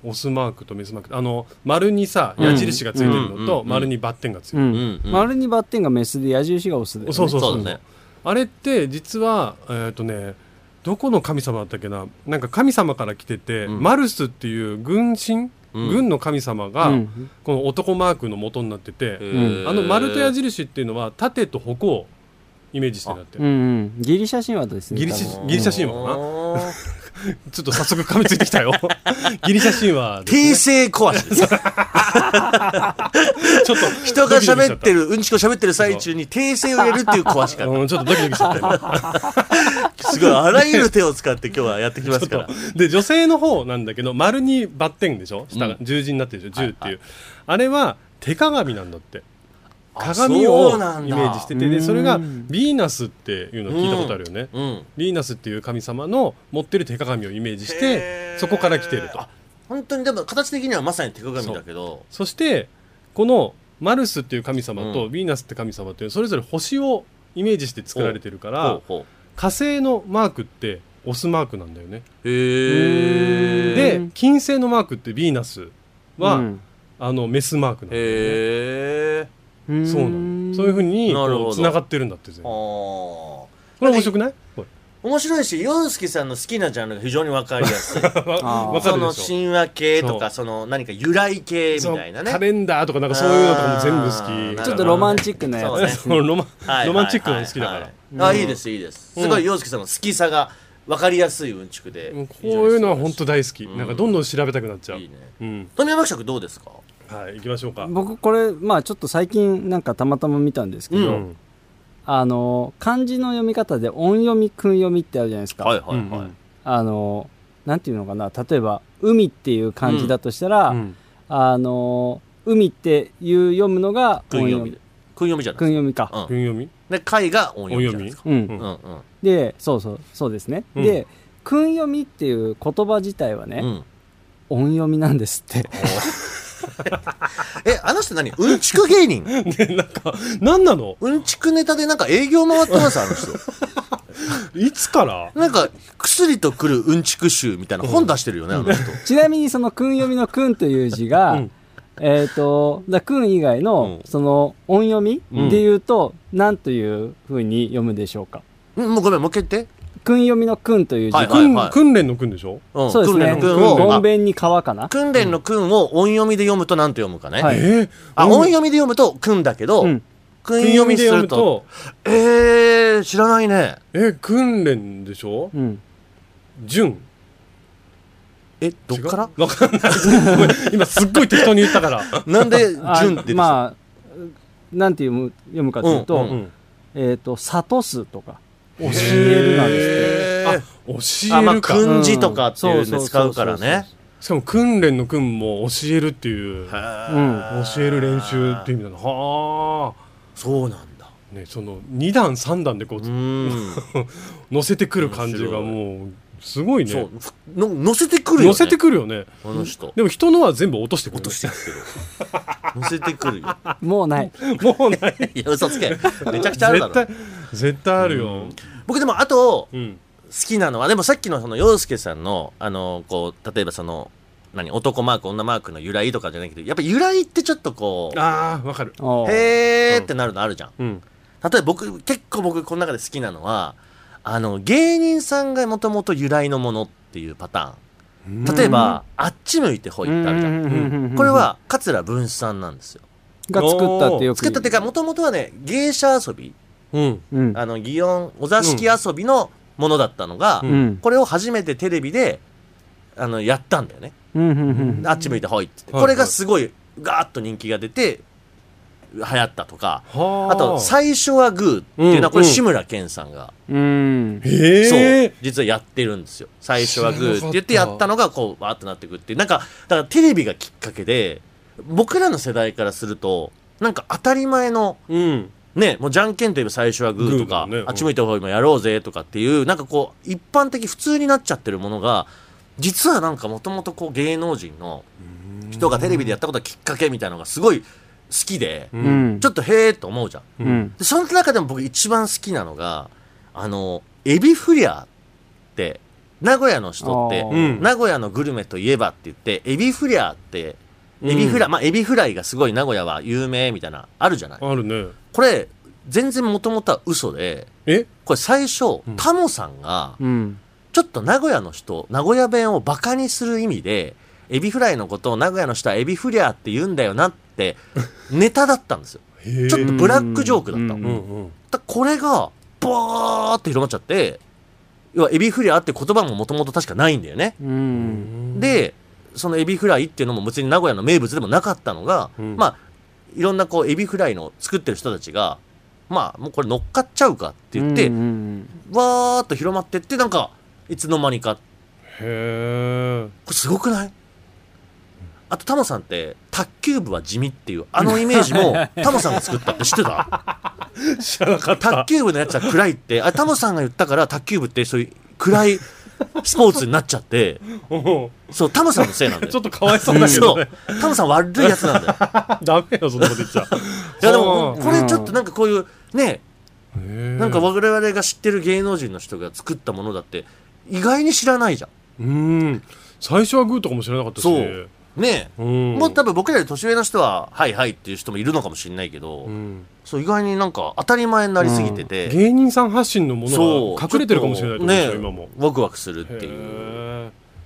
[SPEAKER 3] オスマークとメスマークあの丸にさ矢印がついてるの
[SPEAKER 2] うんうんうん
[SPEAKER 3] と
[SPEAKER 2] うん
[SPEAKER 3] 丸にバッテンがついて
[SPEAKER 4] う
[SPEAKER 3] る、
[SPEAKER 4] ん
[SPEAKER 2] うんうん
[SPEAKER 4] 丸にバッテンがメスで矢印がオスで、
[SPEAKER 3] そうそう
[SPEAKER 2] そうだね。
[SPEAKER 3] あれって実はえっ、とねどこの神様だったっけななんか神様から来てて、
[SPEAKER 2] うん
[SPEAKER 3] マルスっていう軍神、
[SPEAKER 2] うん
[SPEAKER 3] 軍の神様が、
[SPEAKER 4] うん
[SPEAKER 3] この男マークの元になってて、
[SPEAKER 4] ん
[SPEAKER 3] あの丸と矢印っていうのは縦と矛をイメージしてなって
[SPEAKER 4] うん
[SPEAKER 3] る
[SPEAKER 4] うん、ギリシャ神話とですね
[SPEAKER 3] ギリシ
[SPEAKER 4] 多分
[SPEAKER 3] ギリシャ神話かちょっと早速噛みついてき
[SPEAKER 2] (laughs)
[SPEAKER 3] たよギリシャ神話ですね
[SPEAKER 2] 訂正壊
[SPEAKER 3] (laughs)
[SPEAKER 2] しです。
[SPEAKER 3] ちょっと
[SPEAKER 2] 人が喋って
[SPEAKER 3] る、
[SPEAKER 2] る、うんちこ喋ってる最中に訂正をやるっていう壊
[SPEAKER 3] (laughs)
[SPEAKER 2] し方。
[SPEAKER 3] うん、ちょっとドキドキしちゃったよ
[SPEAKER 2] すごい、あらゆる手を使って今日はやってきます
[SPEAKER 3] ち
[SPEAKER 2] か
[SPEAKER 3] ょ (laughs) っ
[SPEAKER 2] ら。
[SPEAKER 3] とで女性の方なんだけど丸にバッテンでしょ下が
[SPEAKER 2] う
[SPEAKER 3] 十字になってるでしょ十っていう、あれは手鏡なんだって
[SPEAKER 2] あ
[SPEAKER 3] 鏡を
[SPEAKER 2] そう
[SPEAKER 3] イメ
[SPEAKER 2] なんだ
[SPEAKER 3] ージしててでそれが
[SPEAKER 4] う
[SPEAKER 3] ヴ
[SPEAKER 4] ん
[SPEAKER 3] ィーナスっていうの聞いたことあるよね、
[SPEAKER 2] うん。
[SPEAKER 3] ヴィーナスっていう神様の持ってる手鏡をイメージし
[SPEAKER 2] へ
[SPEAKER 3] て
[SPEAKER 2] ー
[SPEAKER 3] そこから来てると
[SPEAKER 2] あ本当に、でも形的にはまさに手鏡だけど。
[SPEAKER 3] そしてこのマルスっていう神様
[SPEAKER 2] う
[SPEAKER 3] とヴィーナスって神様っていうそれぞれ星をイメージして作られてるか
[SPEAKER 2] ほ
[SPEAKER 3] ら
[SPEAKER 2] うほ
[SPEAKER 3] 火星のマークってオスマークなんだよね
[SPEAKER 2] う。へえ。
[SPEAKER 3] で金星のマークってヴィーナスは、
[SPEAKER 4] うん
[SPEAKER 3] あのメスマークなんだよね
[SPEAKER 2] へえ。
[SPEAKER 4] うん
[SPEAKER 3] そうなの。そういうふうに
[SPEAKER 2] なるほど
[SPEAKER 3] つながってるんだって全
[SPEAKER 2] あ
[SPEAKER 3] 部こ
[SPEAKER 2] あ。
[SPEAKER 3] れ面白くない？こ
[SPEAKER 2] 面白いし、洋介さんの好きなジャンルが非常にわかりやすい。
[SPEAKER 3] れ (laughs) わ
[SPEAKER 4] あー
[SPEAKER 3] わか
[SPEAKER 2] そ
[SPEAKER 3] る
[SPEAKER 2] の
[SPEAKER 3] でしょ。
[SPEAKER 2] 神話系とか、
[SPEAKER 3] そ
[SPEAKER 2] その何か由来系み
[SPEAKER 3] その
[SPEAKER 2] たいな
[SPEAKER 3] カ
[SPEAKER 2] ね。
[SPEAKER 3] レンダーとかなんかそういうのとかも全部好
[SPEAKER 2] あー
[SPEAKER 3] き。
[SPEAKER 4] ちょっとロマン
[SPEAKER 3] チ
[SPEAKER 4] チックなや
[SPEAKER 2] そう
[SPEAKER 4] つ
[SPEAKER 2] ね
[SPEAKER 3] そ (laughs) のロマン
[SPEAKER 2] はい
[SPEAKER 3] ロマンチックなの好きだか
[SPEAKER 2] は
[SPEAKER 3] ら
[SPEAKER 2] い。はいはいあ、
[SPEAKER 3] うん
[SPEAKER 2] いいです、いいです。すごい洋介さんの好きさが分かりやすいうんちくで。
[SPEAKER 3] うんこういうのは本当
[SPEAKER 2] だ。
[SPEAKER 3] 大好き。
[SPEAKER 2] うん
[SPEAKER 3] なんかどんどん調べたくなっちゃう
[SPEAKER 2] いい。ね。
[SPEAKER 3] うん。
[SPEAKER 2] 富山伯爵どうですか
[SPEAKER 3] はい行きましょうか。
[SPEAKER 4] 僕これまあちょっと最近なんかたまたま見たんですけ
[SPEAKER 3] う
[SPEAKER 4] ど、
[SPEAKER 3] ん。
[SPEAKER 4] あの漢字の読み方で音読み訓読みってあるじゃないですか、
[SPEAKER 2] はい
[SPEAKER 3] は
[SPEAKER 2] はいい
[SPEAKER 3] は
[SPEAKER 2] はい
[SPEAKER 3] い。
[SPEAKER 4] あのなんていうのかな例えば「海」っていう漢字だとしたら、
[SPEAKER 3] うん
[SPEAKER 4] あの海っていう読むのが音
[SPEAKER 2] 訓読み
[SPEAKER 4] 読み
[SPEAKER 2] で。訓読みじゃない
[SPEAKER 4] 訓
[SPEAKER 2] です
[SPEAKER 4] 読みか、
[SPEAKER 2] か。うん。
[SPEAKER 3] 訓読み？ (laughs)
[SPEAKER 2] で、貝が音読みじゃないですか。
[SPEAKER 4] うん
[SPEAKER 3] うん
[SPEAKER 2] うんうん。
[SPEAKER 4] でそうそうそうですね、
[SPEAKER 3] うん
[SPEAKER 4] で訓読みっていう言葉自体はね、
[SPEAKER 2] うん。
[SPEAKER 4] 音読みなんですって (laughs)
[SPEAKER 2] え、あの人何うんちく芸人
[SPEAKER 4] (laughs)
[SPEAKER 3] でなんかなんなの？
[SPEAKER 2] うんちくネタでなんか営業回ってます、あの
[SPEAKER 4] (laughs)
[SPEAKER 2] 人。
[SPEAKER 3] いつから？
[SPEAKER 2] なんか、薬と来るうんちく集みたいな本出してるよね、あの人。
[SPEAKER 4] ちなみにその訓読みの訓という字が、
[SPEAKER 3] うん
[SPEAKER 4] えっ、とだ訓以外の
[SPEAKER 2] うん
[SPEAKER 4] その音読みで言うと何というふうに読むでしょうか
[SPEAKER 2] うん、もうごめん、もう一回言って。
[SPEAKER 4] 訓読みの訓という字が、
[SPEAKER 2] はい
[SPEAKER 3] 訓
[SPEAKER 2] はい
[SPEAKER 3] 訓練の訓でしょ？
[SPEAKER 2] うん、
[SPEAKER 4] そうです
[SPEAKER 2] 訓練
[SPEAKER 4] ね
[SPEAKER 2] の訓を、
[SPEAKER 4] ご
[SPEAKER 2] あ
[SPEAKER 4] んべんに川かな
[SPEAKER 2] 訓練の訓を音読みで読むと何と読むかね。
[SPEAKER 4] はい
[SPEAKER 3] えー
[SPEAKER 2] あ、音読みで読むと訓だけど、
[SPEAKER 4] うん
[SPEAKER 2] 訓
[SPEAKER 3] 訓
[SPEAKER 2] 読
[SPEAKER 3] 読
[SPEAKER 2] み
[SPEAKER 3] みです読む
[SPEAKER 2] ると、
[SPEAKER 3] と
[SPEAKER 2] えー、知らないね。
[SPEAKER 3] え訓練でしょ？
[SPEAKER 4] うん
[SPEAKER 3] 順。
[SPEAKER 2] え、どっから
[SPEAKER 3] 違うわかんない。ごめん今すっごい適当に言ったから。
[SPEAKER 2] なんで、 (laughs)
[SPEAKER 4] あ
[SPEAKER 2] 順って出てきた、
[SPEAKER 4] まあなんて読む読むかというと、
[SPEAKER 2] うん
[SPEAKER 3] ん。
[SPEAKER 4] えっ、と諭すとか教えるなん
[SPEAKER 2] へ
[SPEAKER 4] ですって
[SPEAKER 2] ーあ、
[SPEAKER 3] あ、教
[SPEAKER 2] まあ、
[SPEAKER 3] えるか。
[SPEAKER 2] 訓字とかっていうんで使うから
[SPEAKER 4] うんそうそうそう
[SPEAKER 2] ね
[SPEAKER 4] そ。
[SPEAKER 3] しかも訓練の訓も教えるっていう、
[SPEAKER 2] へ
[SPEAKER 3] 教
[SPEAKER 2] ー
[SPEAKER 3] える練習っていう意味なの。はあ。
[SPEAKER 2] そうなんだ。
[SPEAKER 3] ね、その2段3段でこ
[SPEAKER 2] う
[SPEAKER 3] う、
[SPEAKER 2] ん。
[SPEAKER 3] 乗せてくる感じがもう、すごいね。
[SPEAKER 2] そう。ふの乗せてくるよ、ね。
[SPEAKER 3] 乗せてくるよね。
[SPEAKER 2] この人。
[SPEAKER 3] でも人のは全部落としてく
[SPEAKER 2] 落
[SPEAKER 3] る
[SPEAKER 2] と。してきてる。 (laughs) 乗せてくるよ。
[SPEAKER 4] もうない
[SPEAKER 3] もうない。
[SPEAKER 2] (laughs) いや、嘘つけ。めちゃくちゃあるだ
[SPEAKER 3] 絶
[SPEAKER 2] ろ
[SPEAKER 3] 対。、絶対あるよ。
[SPEAKER 2] 僕でも、あと、
[SPEAKER 3] うん。
[SPEAKER 2] 好きなのは、でもさっきのその、洋介さんの、あの、こう、例えばその、何、男マーク、女マークの由来とかじゃないけど、やっぱ由来ってちょっとこう、
[SPEAKER 3] ああ、わかる。
[SPEAKER 4] おう
[SPEAKER 2] へーってなるのあるじゃん。
[SPEAKER 3] うん。
[SPEAKER 2] 例えば僕、結構僕、この中で好きなのは、あの、芸人さんがもともと由来のものっていうパターン。例えば、あっち向いてほいってあるじゃん。これは、桂文枝さんなんですよ。
[SPEAKER 4] が作ったってよく
[SPEAKER 2] 作ったっていうか、もともとはね、芸者遊び、
[SPEAKER 3] うん。
[SPEAKER 4] うん
[SPEAKER 2] あの、祇園、お座敷遊びのものだったのが、
[SPEAKER 3] う
[SPEAKER 4] うん
[SPEAKER 2] これを初めてテレビで、あの、やったんだよね。
[SPEAKER 4] うんうんうん
[SPEAKER 2] あっち向いてほいってって
[SPEAKER 3] はい
[SPEAKER 2] これがすごい、ガーッと人気が出て、流行ったとか、
[SPEAKER 3] はあ。
[SPEAKER 2] あと、最初はグーっていうのは、これ
[SPEAKER 3] うん
[SPEAKER 2] 志村けんさんが、
[SPEAKER 4] うん
[SPEAKER 2] そう
[SPEAKER 3] ええ。
[SPEAKER 2] 実はやってるんですよ。最初はグーって言って
[SPEAKER 3] 知
[SPEAKER 2] や
[SPEAKER 3] らなかった
[SPEAKER 2] ったのが、こう、わーってなってくっていう。なんか、だからテレビがきっかけで、僕らの世代からすると、なんか当たり前の、
[SPEAKER 3] うん。
[SPEAKER 2] ね、もうじゃんけんといえば最初はグーとか、
[SPEAKER 3] グーだねうん
[SPEAKER 2] あっち向いてほいもやろうぜとかっていう、なんかこう、一般的普通になっちゃってるものが、実はなんかもともとこう芸能人の人がテレビでやったことがきっかけみたいなのがすごい好きで、
[SPEAKER 3] う。
[SPEAKER 4] うんん
[SPEAKER 2] ちょっとへーっと思うじゃん。
[SPEAKER 4] うんうん
[SPEAKER 2] で、その中でも僕一番好きなのが、あの、エビフリアって名古屋の人って
[SPEAKER 4] あー
[SPEAKER 3] うん
[SPEAKER 2] 名古屋のグルメといえばって言ってエビフリアってエビフラ、まあエビフライがすごい名古屋は有名みたいなあるじゃない
[SPEAKER 3] あるね
[SPEAKER 2] これ全然もともとは嘘で
[SPEAKER 3] え
[SPEAKER 2] これ最初、
[SPEAKER 3] うん
[SPEAKER 2] タモさんが
[SPEAKER 4] うん。
[SPEAKER 2] ちょっと名古屋の人名古屋弁をバカにする意味でエビフライのことを名古屋の人はエビフリアって言うんだよな
[SPEAKER 3] (laughs)
[SPEAKER 2] ってネタだったんですよ
[SPEAKER 3] へえ
[SPEAKER 2] ちょっとブラックジョークだった
[SPEAKER 4] うん
[SPEAKER 3] うんうん
[SPEAKER 2] だこれがバーって広まっちゃって要はエビフリアって言葉ももともと確かないんだよね
[SPEAKER 4] う。
[SPEAKER 3] うんん
[SPEAKER 2] でそのエビフライっていうのも別に名古屋の名物でもなかったのが、
[SPEAKER 3] うん
[SPEAKER 2] まあいろんなこうエビフライの作ってる人たちがまあもうこれ乗っかっちゃうかって言って、
[SPEAKER 4] うんうん
[SPEAKER 2] わーっと広まってってなんかいつの間にかこ
[SPEAKER 3] へえ
[SPEAKER 2] れすごくないあとタモさんって卓球部は地味っていうあのイメージ
[SPEAKER 3] (laughs)
[SPEAKER 2] もタモさんが作ったって知ってた
[SPEAKER 3] 知らなかった
[SPEAKER 2] 卓球部のやつは暗いってあれタモさんが言ったから卓球部ってそういう暗いスポーツになっちゃって
[SPEAKER 3] うん
[SPEAKER 2] そうタモさんのせいなんだよ
[SPEAKER 3] ちょっとかわいそうだけど
[SPEAKER 2] そ
[SPEAKER 3] ね
[SPEAKER 2] うタモさん悪いやつなんだよ
[SPEAKER 3] ダメよそんなこと言っちゃ
[SPEAKER 2] いやでも
[SPEAKER 3] うん
[SPEAKER 2] これちょっとなんかこういうね
[SPEAKER 3] な
[SPEAKER 2] なんか我々が知ってる芸能人の人が作ったものだって意外に知らないじゃ
[SPEAKER 3] うん最初はグーとかも知らなかったし
[SPEAKER 2] そうんねえ
[SPEAKER 3] うん
[SPEAKER 2] もう多分僕らより年上の人ははいはいっていう人もいるのかもしれないけど、
[SPEAKER 3] うん
[SPEAKER 2] そう意外になんか当たり前になりすぎてて、
[SPEAKER 3] 芸人さん発信のもの
[SPEAKER 2] そう
[SPEAKER 3] が隠れてるかもしれないと思うんですよ
[SPEAKER 2] ちょっと
[SPEAKER 3] 今
[SPEAKER 2] ね
[SPEAKER 3] も
[SPEAKER 2] ワクワクするっていう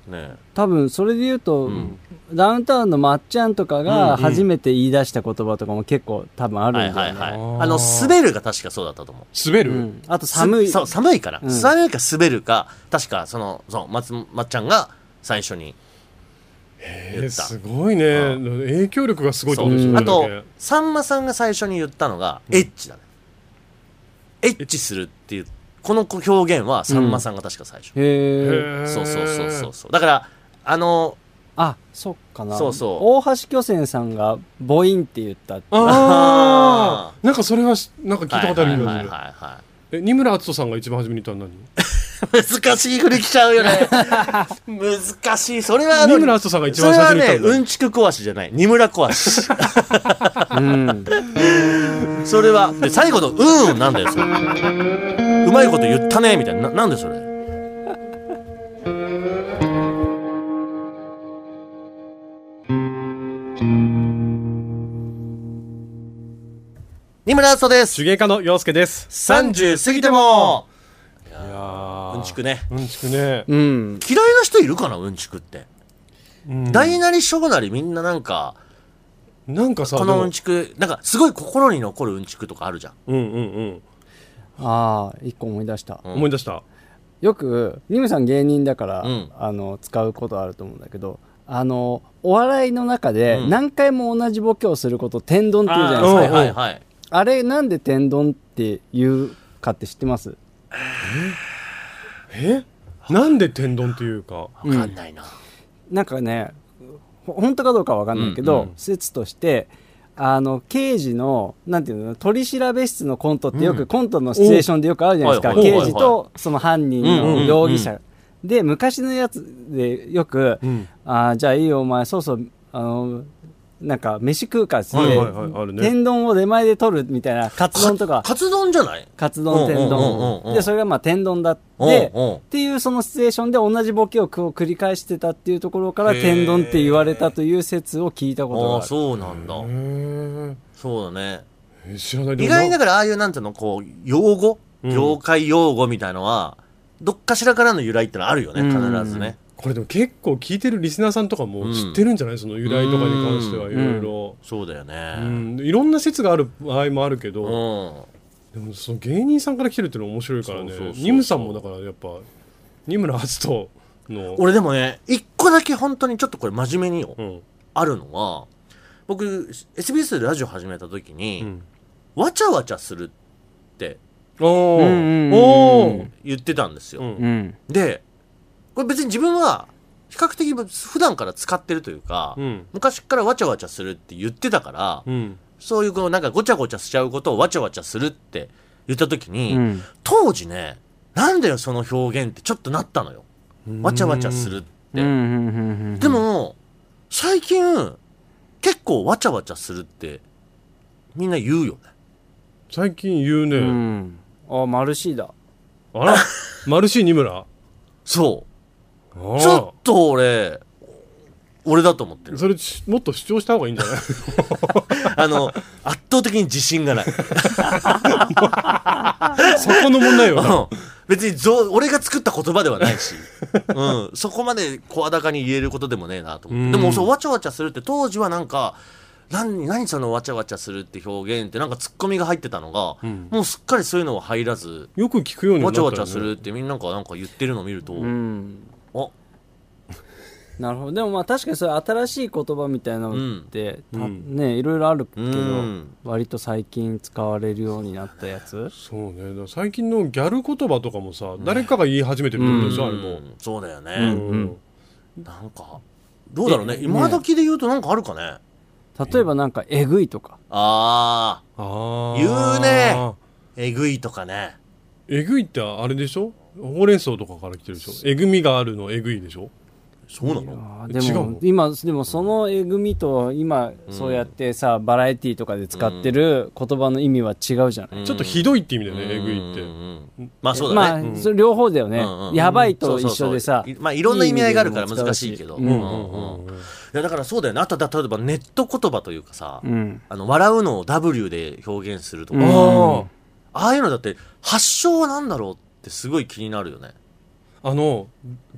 [SPEAKER 3] へ
[SPEAKER 2] ね
[SPEAKER 4] 多分それで言うと、
[SPEAKER 2] うん
[SPEAKER 4] ダウンタウンのまっちゃんと
[SPEAKER 2] うん
[SPEAKER 4] か
[SPEAKER 2] うん
[SPEAKER 4] が初めて言い出した言葉とかも結構多分あるん
[SPEAKER 2] は
[SPEAKER 4] だ
[SPEAKER 2] い
[SPEAKER 4] よね。
[SPEAKER 2] はいはい
[SPEAKER 3] あー
[SPEAKER 2] あの滑るが確かそうだったと思う
[SPEAKER 3] え滑
[SPEAKER 4] う
[SPEAKER 3] る
[SPEAKER 4] ん、あと寒い。
[SPEAKER 2] すそう寒いから、
[SPEAKER 4] うん
[SPEAKER 2] 寒いか滑るか確かそのそう松まっちゃんが最初に
[SPEAKER 3] え
[SPEAKER 2] 言
[SPEAKER 3] ー
[SPEAKER 2] った
[SPEAKER 3] すごいね
[SPEAKER 2] あ
[SPEAKER 3] 影響力がすごいってことですよ
[SPEAKER 4] そう
[SPEAKER 3] ね
[SPEAKER 2] あと
[SPEAKER 3] だけ
[SPEAKER 2] さんまさんが最初に言ったのが、エッチだねエッチするっていうこの表現はさんまさんが確か最初、
[SPEAKER 4] へ
[SPEAKER 3] へ
[SPEAKER 4] え。
[SPEAKER 3] ー
[SPEAKER 2] そうそうそうそうそうだからあの
[SPEAKER 4] あ、そっかな。
[SPEAKER 2] そうそう
[SPEAKER 4] 大橋巨泉さんが母音って言ったって。
[SPEAKER 3] あ
[SPEAKER 2] あ
[SPEAKER 3] あなんかそれはしなんか聞いたことあるよう
[SPEAKER 2] はいはい
[SPEAKER 3] な気が
[SPEAKER 2] はいは
[SPEAKER 3] するえ二村篤人さんが一番初めに言ったの
[SPEAKER 2] いはい、難しい振り来ちゃうよ
[SPEAKER 3] (laughs)
[SPEAKER 2] ね難しいそれはあ
[SPEAKER 3] 何
[SPEAKER 2] の
[SPEAKER 3] 二村篤人さんが一
[SPEAKER 2] そ
[SPEAKER 3] 番
[SPEAKER 2] れ
[SPEAKER 3] 最
[SPEAKER 2] は
[SPEAKER 3] 初に言
[SPEAKER 2] ね
[SPEAKER 3] った
[SPEAKER 2] う
[SPEAKER 3] の
[SPEAKER 2] んちく壊しじゃない二村壊し
[SPEAKER 4] うん。
[SPEAKER 2] それはで最後の「うん」なんだよそれうまいこと言ったねみたいなななんでそれ二村敦人です
[SPEAKER 3] 手芸家の洋介です
[SPEAKER 2] 30過ぎても
[SPEAKER 3] いやー
[SPEAKER 2] うんちくね
[SPEAKER 3] うんちくね
[SPEAKER 4] うん。
[SPEAKER 2] 嫌いな人いるかなうんちくって、
[SPEAKER 3] うん
[SPEAKER 2] 大なり小なりみんななんか
[SPEAKER 3] なんかさ
[SPEAKER 2] こ
[SPEAKER 3] で
[SPEAKER 2] の
[SPEAKER 3] も
[SPEAKER 2] うんちくなんかすごい心に残るうんちくとかあるじゃん
[SPEAKER 3] うんうんうん
[SPEAKER 4] ああ、一個思い出した。
[SPEAKER 2] うん
[SPEAKER 3] 思い出した
[SPEAKER 4] よく、ニムさん芸人だから、
[SPEAKER 2] うん
[SPEAKER 4] あの、使うことあると思うんだけど、あの、お笑いの中で
[SPEAKER 2] うん
[SPEAKER 4] 何回も同じボケをすることを天丼って言うじゃないですか。
[SPEAKER 2] はいはいはい
[SPEAKER 4] あれなんで天丼って言うかって知ってます
[SPEAKER 3] えなんで天丼っていうか
[SPEAKER 2] 分かんないな、
[SPEAKER 4] なんかねほ本当かどうかは分かんないけど、
[SPEAKER 2] うんうん
[SPEAKER 4] 説としてあの刑事のなんていうの取り調べ室のコントってよく、
[SPEAKER 2] うん
[SPEAKER 4] コントのシチュエーションでよくあるじゃないですか、
[SPEAKER 2] はいはいはい
[SPEAKER 4] 刑事とその犯人の容疑
[SPEAKER 2] う
[SPEAKER 4] 者、
[SPEAKER 2] ん
[SPEAKER 4] で昔のやつでよく、
[SPEAKER 3] うん
[SPEAKER 4] あーじゃあいいよお前そうそうあのなんか飯食うかっつって、
[SPEAKER 3] はいはいはいあるね
[SPEAKER 4] 天丼を出前で取るみたいなカツ丼とか
[SPEAKER 2] カツ丼じゃない
[SPEAKER 4] カツ丼天
[SPEAKER 2] うんうんうんうん
[SPEAKER 4] 丼でそれがまあ天丼だって
[SPEAKER 2] うんうん
[SPEAKER 4] っていうそのシチュエーションで同じボケをこう繰り返してたっていうところから天丼って言われたという説を聞いたこと
[SPEAKER 2] あ
[SPEAKER 4] が
[SPEAKER 2] あ
[SPEAKER 4] あ
[SPEAKER 2] ー
[SPEAKER 4] る
[SPEAKER 2] そうなんだ
[SPEAKER 3] へー
[SPEAKER 2] そうだね
[SPEAKER 3] え知らないで
[SPEAKER 2] 意
[SPEAKER 3] も
[SPEAKER 2] 外にだからああいうなんていうのこう用語
[SPEAKER 3] うん
[SPEAKER 2] 業界用語みたいのはどっかしらからの由来ってのはあるよね
[SPEAKER 4] うん
[SPEAKER 2] 必ずね
[SPEAKER 3] これでも結構聞いてるリスナーさんとか
[SPEAKER 2] うん
[SPEAKER 3] も知ってるんじゃない、その由来とかに関しては
[SPEAKER 2] う
[SPEAKER 3] い
[SPEAKER 2] ん
[SPEAKER 3] ろいろ。
[SPEAKER 2] そうだよ
[SPEAKER 3] う
[SPEAKER 2] ね
[SPEAKER 3] ん、いろんな説がある場合もあるけ
[SPEAKER 2] うん
[SPEAKER 3] ど、でもその芸人さんから来てるっていうのは面白いから
[SPEAKER 2] そうそうそう
[SPEAKER 3] ね
[SPEAKER 2] そう
[SPEAKER 3] ニムさんもだからやっぱニムラハツとの、
[SPEAKER 2] 俺でもね一個だけ本当にちょっとこれ真面目によ
[SPEAKER 3] うん
[SPEAKER 2] あるのは僕 SBS でラジオ始めた時
[SPEAKER 3] う
[SPEAKER 2] に
[SPEAKER 3] ん、
[SPEAKER 2] わちゃわちゃするって
[SPEAKER 3] お
[SPEAKER 4] うんうんうん
[SPEAKER 3] ーおー
[SPEAKER 2] 言ってたんですよ
[SPEAKER 3] うん
[SPEAKER 4] うん
[SPEAKER 2] でこれ別に自分は比較的普段から使ってるというか、
[SPEAKER 3] うん
[SPEAKER 2] 昔からわちゃわちゃするって言ってたから、
[SPEAKER 3] うん
[SPEAKER 2] そういうこうなんかごちゃごちゃしちゃうことをわちゃわちゃするって言った時に、
[SPEAKER 4] うん
[SPEAKER 2] 当時ねなんだよその表現ってちょっとなったのよわちゃわちゃするって、
[SPEAKER 4] うんうんうん
[SPEAKER 2] でも最近結構わちゃわちゃするってみんな言うよね
[SPEAKER 3] 最近言うね、
[SPEAKER 2] (laughs)
[SPEAKER 4] うんうんあマルシーだ
[SPEAKER 3] あらマルシーニムラ
[SPEAKER 2] そちょっと俺俺だと思ってる
[SPEAKER 3] それしもっと主張した方がいいんじゃない
[SPEAKER 2] あの圧倒的に自信がない (laughs)
[SPEAKER 3] そこの問題よな
[SPEAKER 2] うん (laughs) 別にぞ俺が作った言葉ではないし、うん、そこまで声高に言えることでもねえなと思って、
[SPEAKER 3] うん
[SPEAKER 2] でもそうわちゃわちゃするって当時はなんか何何そのわちゃわちゃするって表現ってなんかツッコミが入ってたのが、
[SPEAKER 3] うん
[SPEAKER 2] もうすっかりそういうのは入らず
[SPEAKER 3] よく聞くようにな
[SPEAKER 2] わ
[SPEAKER 3] っ
[SPEAKER 2] ち
[SPEAKER 3] た
[SPEAKER 2] ゃ
[SPEAKER 3] よね
[SPEAKER 2] わちゃするってみんながなんか言ってるのを見ると、
[SPEAKER 4] うん
[SPEAKER 2] あ
[SPEAKER 4] なるほどでもまあ確かにそういう新しい言葉みたいなのって、
[SPEAKER 3] うん
[SPEAKER 4] た
[SPEAKER 3] うん
[SPEAKER 4] ねいろいろあるけ
[SPEAKER 2] う
[SPEAKER 4] ど、
[SPEAKER 2] ん
[SPEAKER 4] 割と最近使われるようになったやつ
[SPEAKER 3] そうねだから最近のギャル言葉とかもさ、誰かが言い始めてるってことでしょ、あれも、
[SPEAKER 2] そうだよね、
[SPEAKER 3] うん
[SPEAKER 2] なんかどうだろうね
[SPEAKER 4] え
[SPEAKER 2] 今時で言うとなんかあるかね
[SPEAKER 4] 例えばなんかえぐいとか
[SPEAKER 2] ああ
[SPEAKER 3] あ
[SPEAKER 2] 言う
[SPEAKER 3] ー
[SPEAKER 2] ねえぐいとかね
[SPEAKER 3] えぐいってあれでしょほうれん草とかから来てるでしょえぐみがあるのえぐいでしょ
[SPEAKER 2] そうなの
[SPEAKER 4] あー
[SPEAKER 3] 違
[SPEAKER 4] で
[SPEAKER 3] う
[SPEAKER 4] も
[SPEAKER 3] の
[SPEAKER 4] 今でもそのえぐみと今
[SPEAKER 2] うん
[SPEAKER 4] そうやってさ、バラエティーとかで使ってる言葉の意味は違うじゃない、
[SPEAKER 2] うん
[SPEAKER 3] ちょっとひどいって意味だよね、えぐいって、
[SPEAKER 2] てまあそう
[SPEAKER 4] ま
[SPEAKER 2] だ
[SPEAKER 4] あ、
[SPEAKER 2] ね、
[SPEAKER 4] それ両方だよね、
[SPEAKER 2] うんうん
[SPEAKER 4] やばいと一緒でさ
[SPEAKER 2] そうそうそういまあいろんな意味合いがあるから難しいけど
[SPEAKER 4] うん
[SPEAKER 2] うんうんうんいやだからそうだよねあとだ例えばネット言葉というかさ、
[SPEAKER 4] うん
[SPEAKER 2] あの笑うのを W で表現するとか、
[SPEAKER 4] うん
[SPEAKER 2] あ
[SPEAKER 3] あ
[SPEAKER 2] あいうのだって発祥は何だろうってすごい気になるよね
[SPEAKER 3] ああの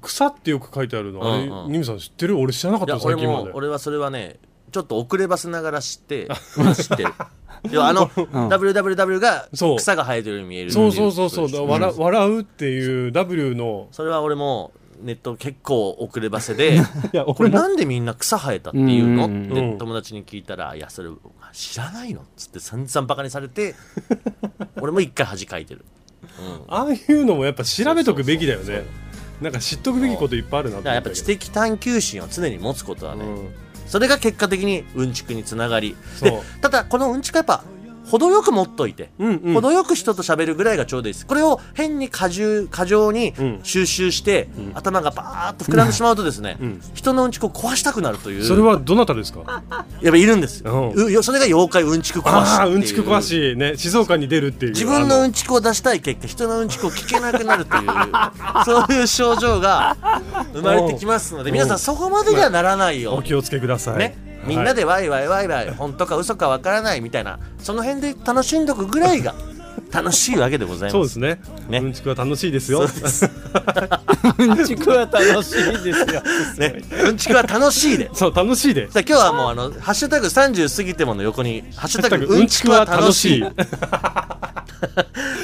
[SPEAKER 3] 草ってよく書いてあるのあ
[SPEAKER 2] う
[SPEAKER 3] れ、
[SPEAKER 2] んうん
[SPEAKER 3] ニムさん知ってる俺知らなかっ
[SPEAKER 2] い
[SPEAKER 3] た
[SPEAKER 2] や
[SPEAKER 3] よ
[SPEAKER 2] 俺
[SPEAKER 3] 最近ま
[SPEAKER 2] も
[SPEAKER 3] で
[SPEAKER 2] 俺はそれはねちょっと遅ればせながら知
[SPEAKER 4] (laughs)
[SPEAKER 2] って知ってる要はあの WWW が
[SPEAKER 3] そう
[SPEAKER 2] 草が生えてるように見えるってい
[SPEAKER 3] そうそうそうそう、
[SPEAKER 2] ことでしょ
[SPEAKER 3] 笑笑うっていう W の
[SPEAKER 2] それは俺もネット結構遅ればせで
[SPEAKER 3] いや
[SPEAKER 2] これなんでみんな草生えたっていうのっ
[SPEAKER 4] うん
[SPEAKER 3] うんうん
[SPEAKER 2] て友達に聞いたら「いやそれお前知らないの?」っつって散々バカにされて俺も一回恥かいてる、うん、だか
[SPEAKER 3] ああいうのもやっぱ調べとくべきだよねなんか知っとくべきこといっぱいあるなって
[SPEAKER 2] らやっぱ知
[SPEAKER 3] て
[SPEAKER 2] 的探求心を常に持つことは
[SPEAKER 3] た
[SPEAKER 2] ね、
[SPEAKER 3] けどうん
[SPEAKER 2] それが結果的にうんちくにつながり
[SPEAKER 3] そう
[SPEAKER 2] でただこのうんちくはやっぱ程よく持っといて、
[SPEAKER 3] うんうん
[SPEAKER 2] 程よく人と喋るぐらいがちょうどいいですこれを変に過重過剰に
[SPEAKER 3] うん
[SPEAKER 2] 収集して、
[SPEAKER 3] ん
[SPEAKER 2] 頭がバーッと膨らんでしまうとですね、
[SPEAKER 3] うん
[SPEAKER 2] 人のうんちくを壊したくなるという
[SPEAKER 3] それはどなたですか
[SPEAKER 2] やっぱいるんです
[SPEAKER 3] うん
[SPEAKER 2] ようよそれが妖怪うんちく壊し
[SPEAKER 3] ああーうんちく壊
[SPEAKER 2] い
[SPEAKER 3] しね静岡に出るっていう
[SPEAKER 2] 自分の
[SPEAKER 3] あ
[SPEAKER 2] うんちくを出したい結果人のうんちくを聞けなくなる
[SPEAKER 3] (laughs)
[SPEAKER 2] というそういう症状が生まれてきますので
[SPEAKER 3] うん
[SPEAKER 2] 皆さんそこまでにはならない
[SPEAKER 3] お
[SPEAKER 2] よ、
[SPEAKER 3] 気をつけください
[SPEAKER 2] ね
[SPEAKER 3] はい
[SPEAKER 2] みんなでワイワイワイワイ本当か嘘かわからないみたいなその辺で楽しんどくぐらい
[SPEAKER 3] (laughs)
[SPEAKER 2] が楽しいわけでございます
[SPEAKER 3] そうですね
[SPEAKER 2] ね
[SPEAKER 3] うんちくは楽しいですよ
[SPEAKER 2] そうです
[SPEAKER 4] うんちくは楽しいですよ
[SPEAKER 2] ねうんちくは楽しいで
[SPEAKER 3] そう楽しいで
[SPEAKER 2] さあ今日はもうあの「ハッシュタグ #30 過ぎても」の横に「ハッシュタグ
[SPEAKER 3] う
[SPEAKER 2] うんん
[SPEAKER 3] ち
[SPEAKER 2] ち
[SPEAKER 3] く
[SPEAKER 2] く
[SPEAKER 3] は
[SPEAKER 2] は
[SPEAKER 3] 楽
[SPEAKER 2] 楽
[SPEAKER 3] し
[SPEAKER 2] し
[SPEAKER 3] い
[SPEAKER 2] い」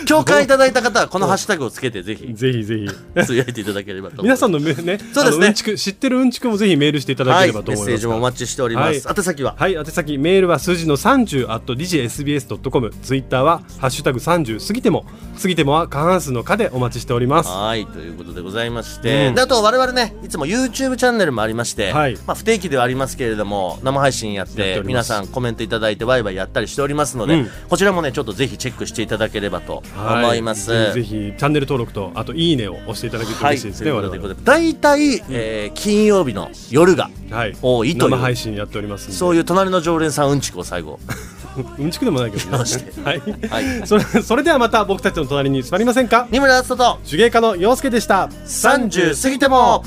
[SPEAKER 2] 共感いただいた方はこのハッシュタグをつけてぜひ
[SPEAKER 3] ぜひぜひ
[SPEAKER 2] つぶやいていただければと思い
[SPEAKER 3] 皆
[SPEAKER 2] ます
[SPEAKER 3] さんのメね
[SPEAKER 2] そうですね
[SPEAKER 3] あのんちく知ってるうんちくもぜひメールしていただ
[SPEAKER 2] はい
[SPEAKER 3] けれ
[SPEAKER 2] メ
[SPEAKER 3] ばと
[SPEAKER 2] ッ
[SPEAKER 3] 思い
[SPEAKER 2] セー
[SPEAKER 3] ます
[SPEAKER 2] ジもお待ちしております、
[SPEAKER 3] はい
[SPEAKER 2] 宛先は
[SPEAKER 3] はい、宛先メールは数字の30 at digsbs.com ツイッターは「ハッシュタグ #30 過ぎても」過ぎてもは過半数の「か」でお待ちしております
[SPEAKER 2] はいということでございまして、
[SPEAKER 3] うん
[SPEAKER 2] であと我々ねいつも YouTube チャンネルもありまして、
[SPEAKER 3] はい
[SPEAKER 2] まあ、不定期ではありますけれども生配信やって
[SPEAKER 3] やっておりま
[SPEAKER 2] 皆
[SPEAKER 3] す
[SPEAKER 2] さんコメントいただいてワイワイやったりしておりますので、
[SPEAKER 3] うん
[SPEAKER 2] こちらもねちょっとぜひチェックしていただければと
[SPEAKER 3] は
[SPEAKER 2] 思います、
[SPEAKER 3] ぜひぜひチャンネル登録とあと「いいね」を押していただけると
[SPEAKER 2] はい、
[SPEAKER 3] 嬉しい
[SPEAKER 2] とい
[SPEAKER 3] ですね、
[SPEAKER 2] うこと
[SPEAKER 3] 我
[SPEAKER 2] で
[SPEAKER 3] 々
[SPEAKER 2] 大体、えー金曜日の夜が
[SPEAKER 3] はい
[SPEAKER 2] 多いという
[SPEAKER 3] 生配信やっておりますんで
[SPEAKER 2] そういう隣の常連さんうんちくを最後
[SPEAKER 3] うんちくでもないけどね
[SPEAKER 2] 直して
[SPEAKER 3] はい、
[SPEAKER 2] はい
[SPEAKER 3] それそれではまた僕たちの隣に座りませんか
[SPEAKER 2] 二村敦人と
[SPEAKER 3] 手芸家の陽介でした
[SPEAKER 2] 30過ぎても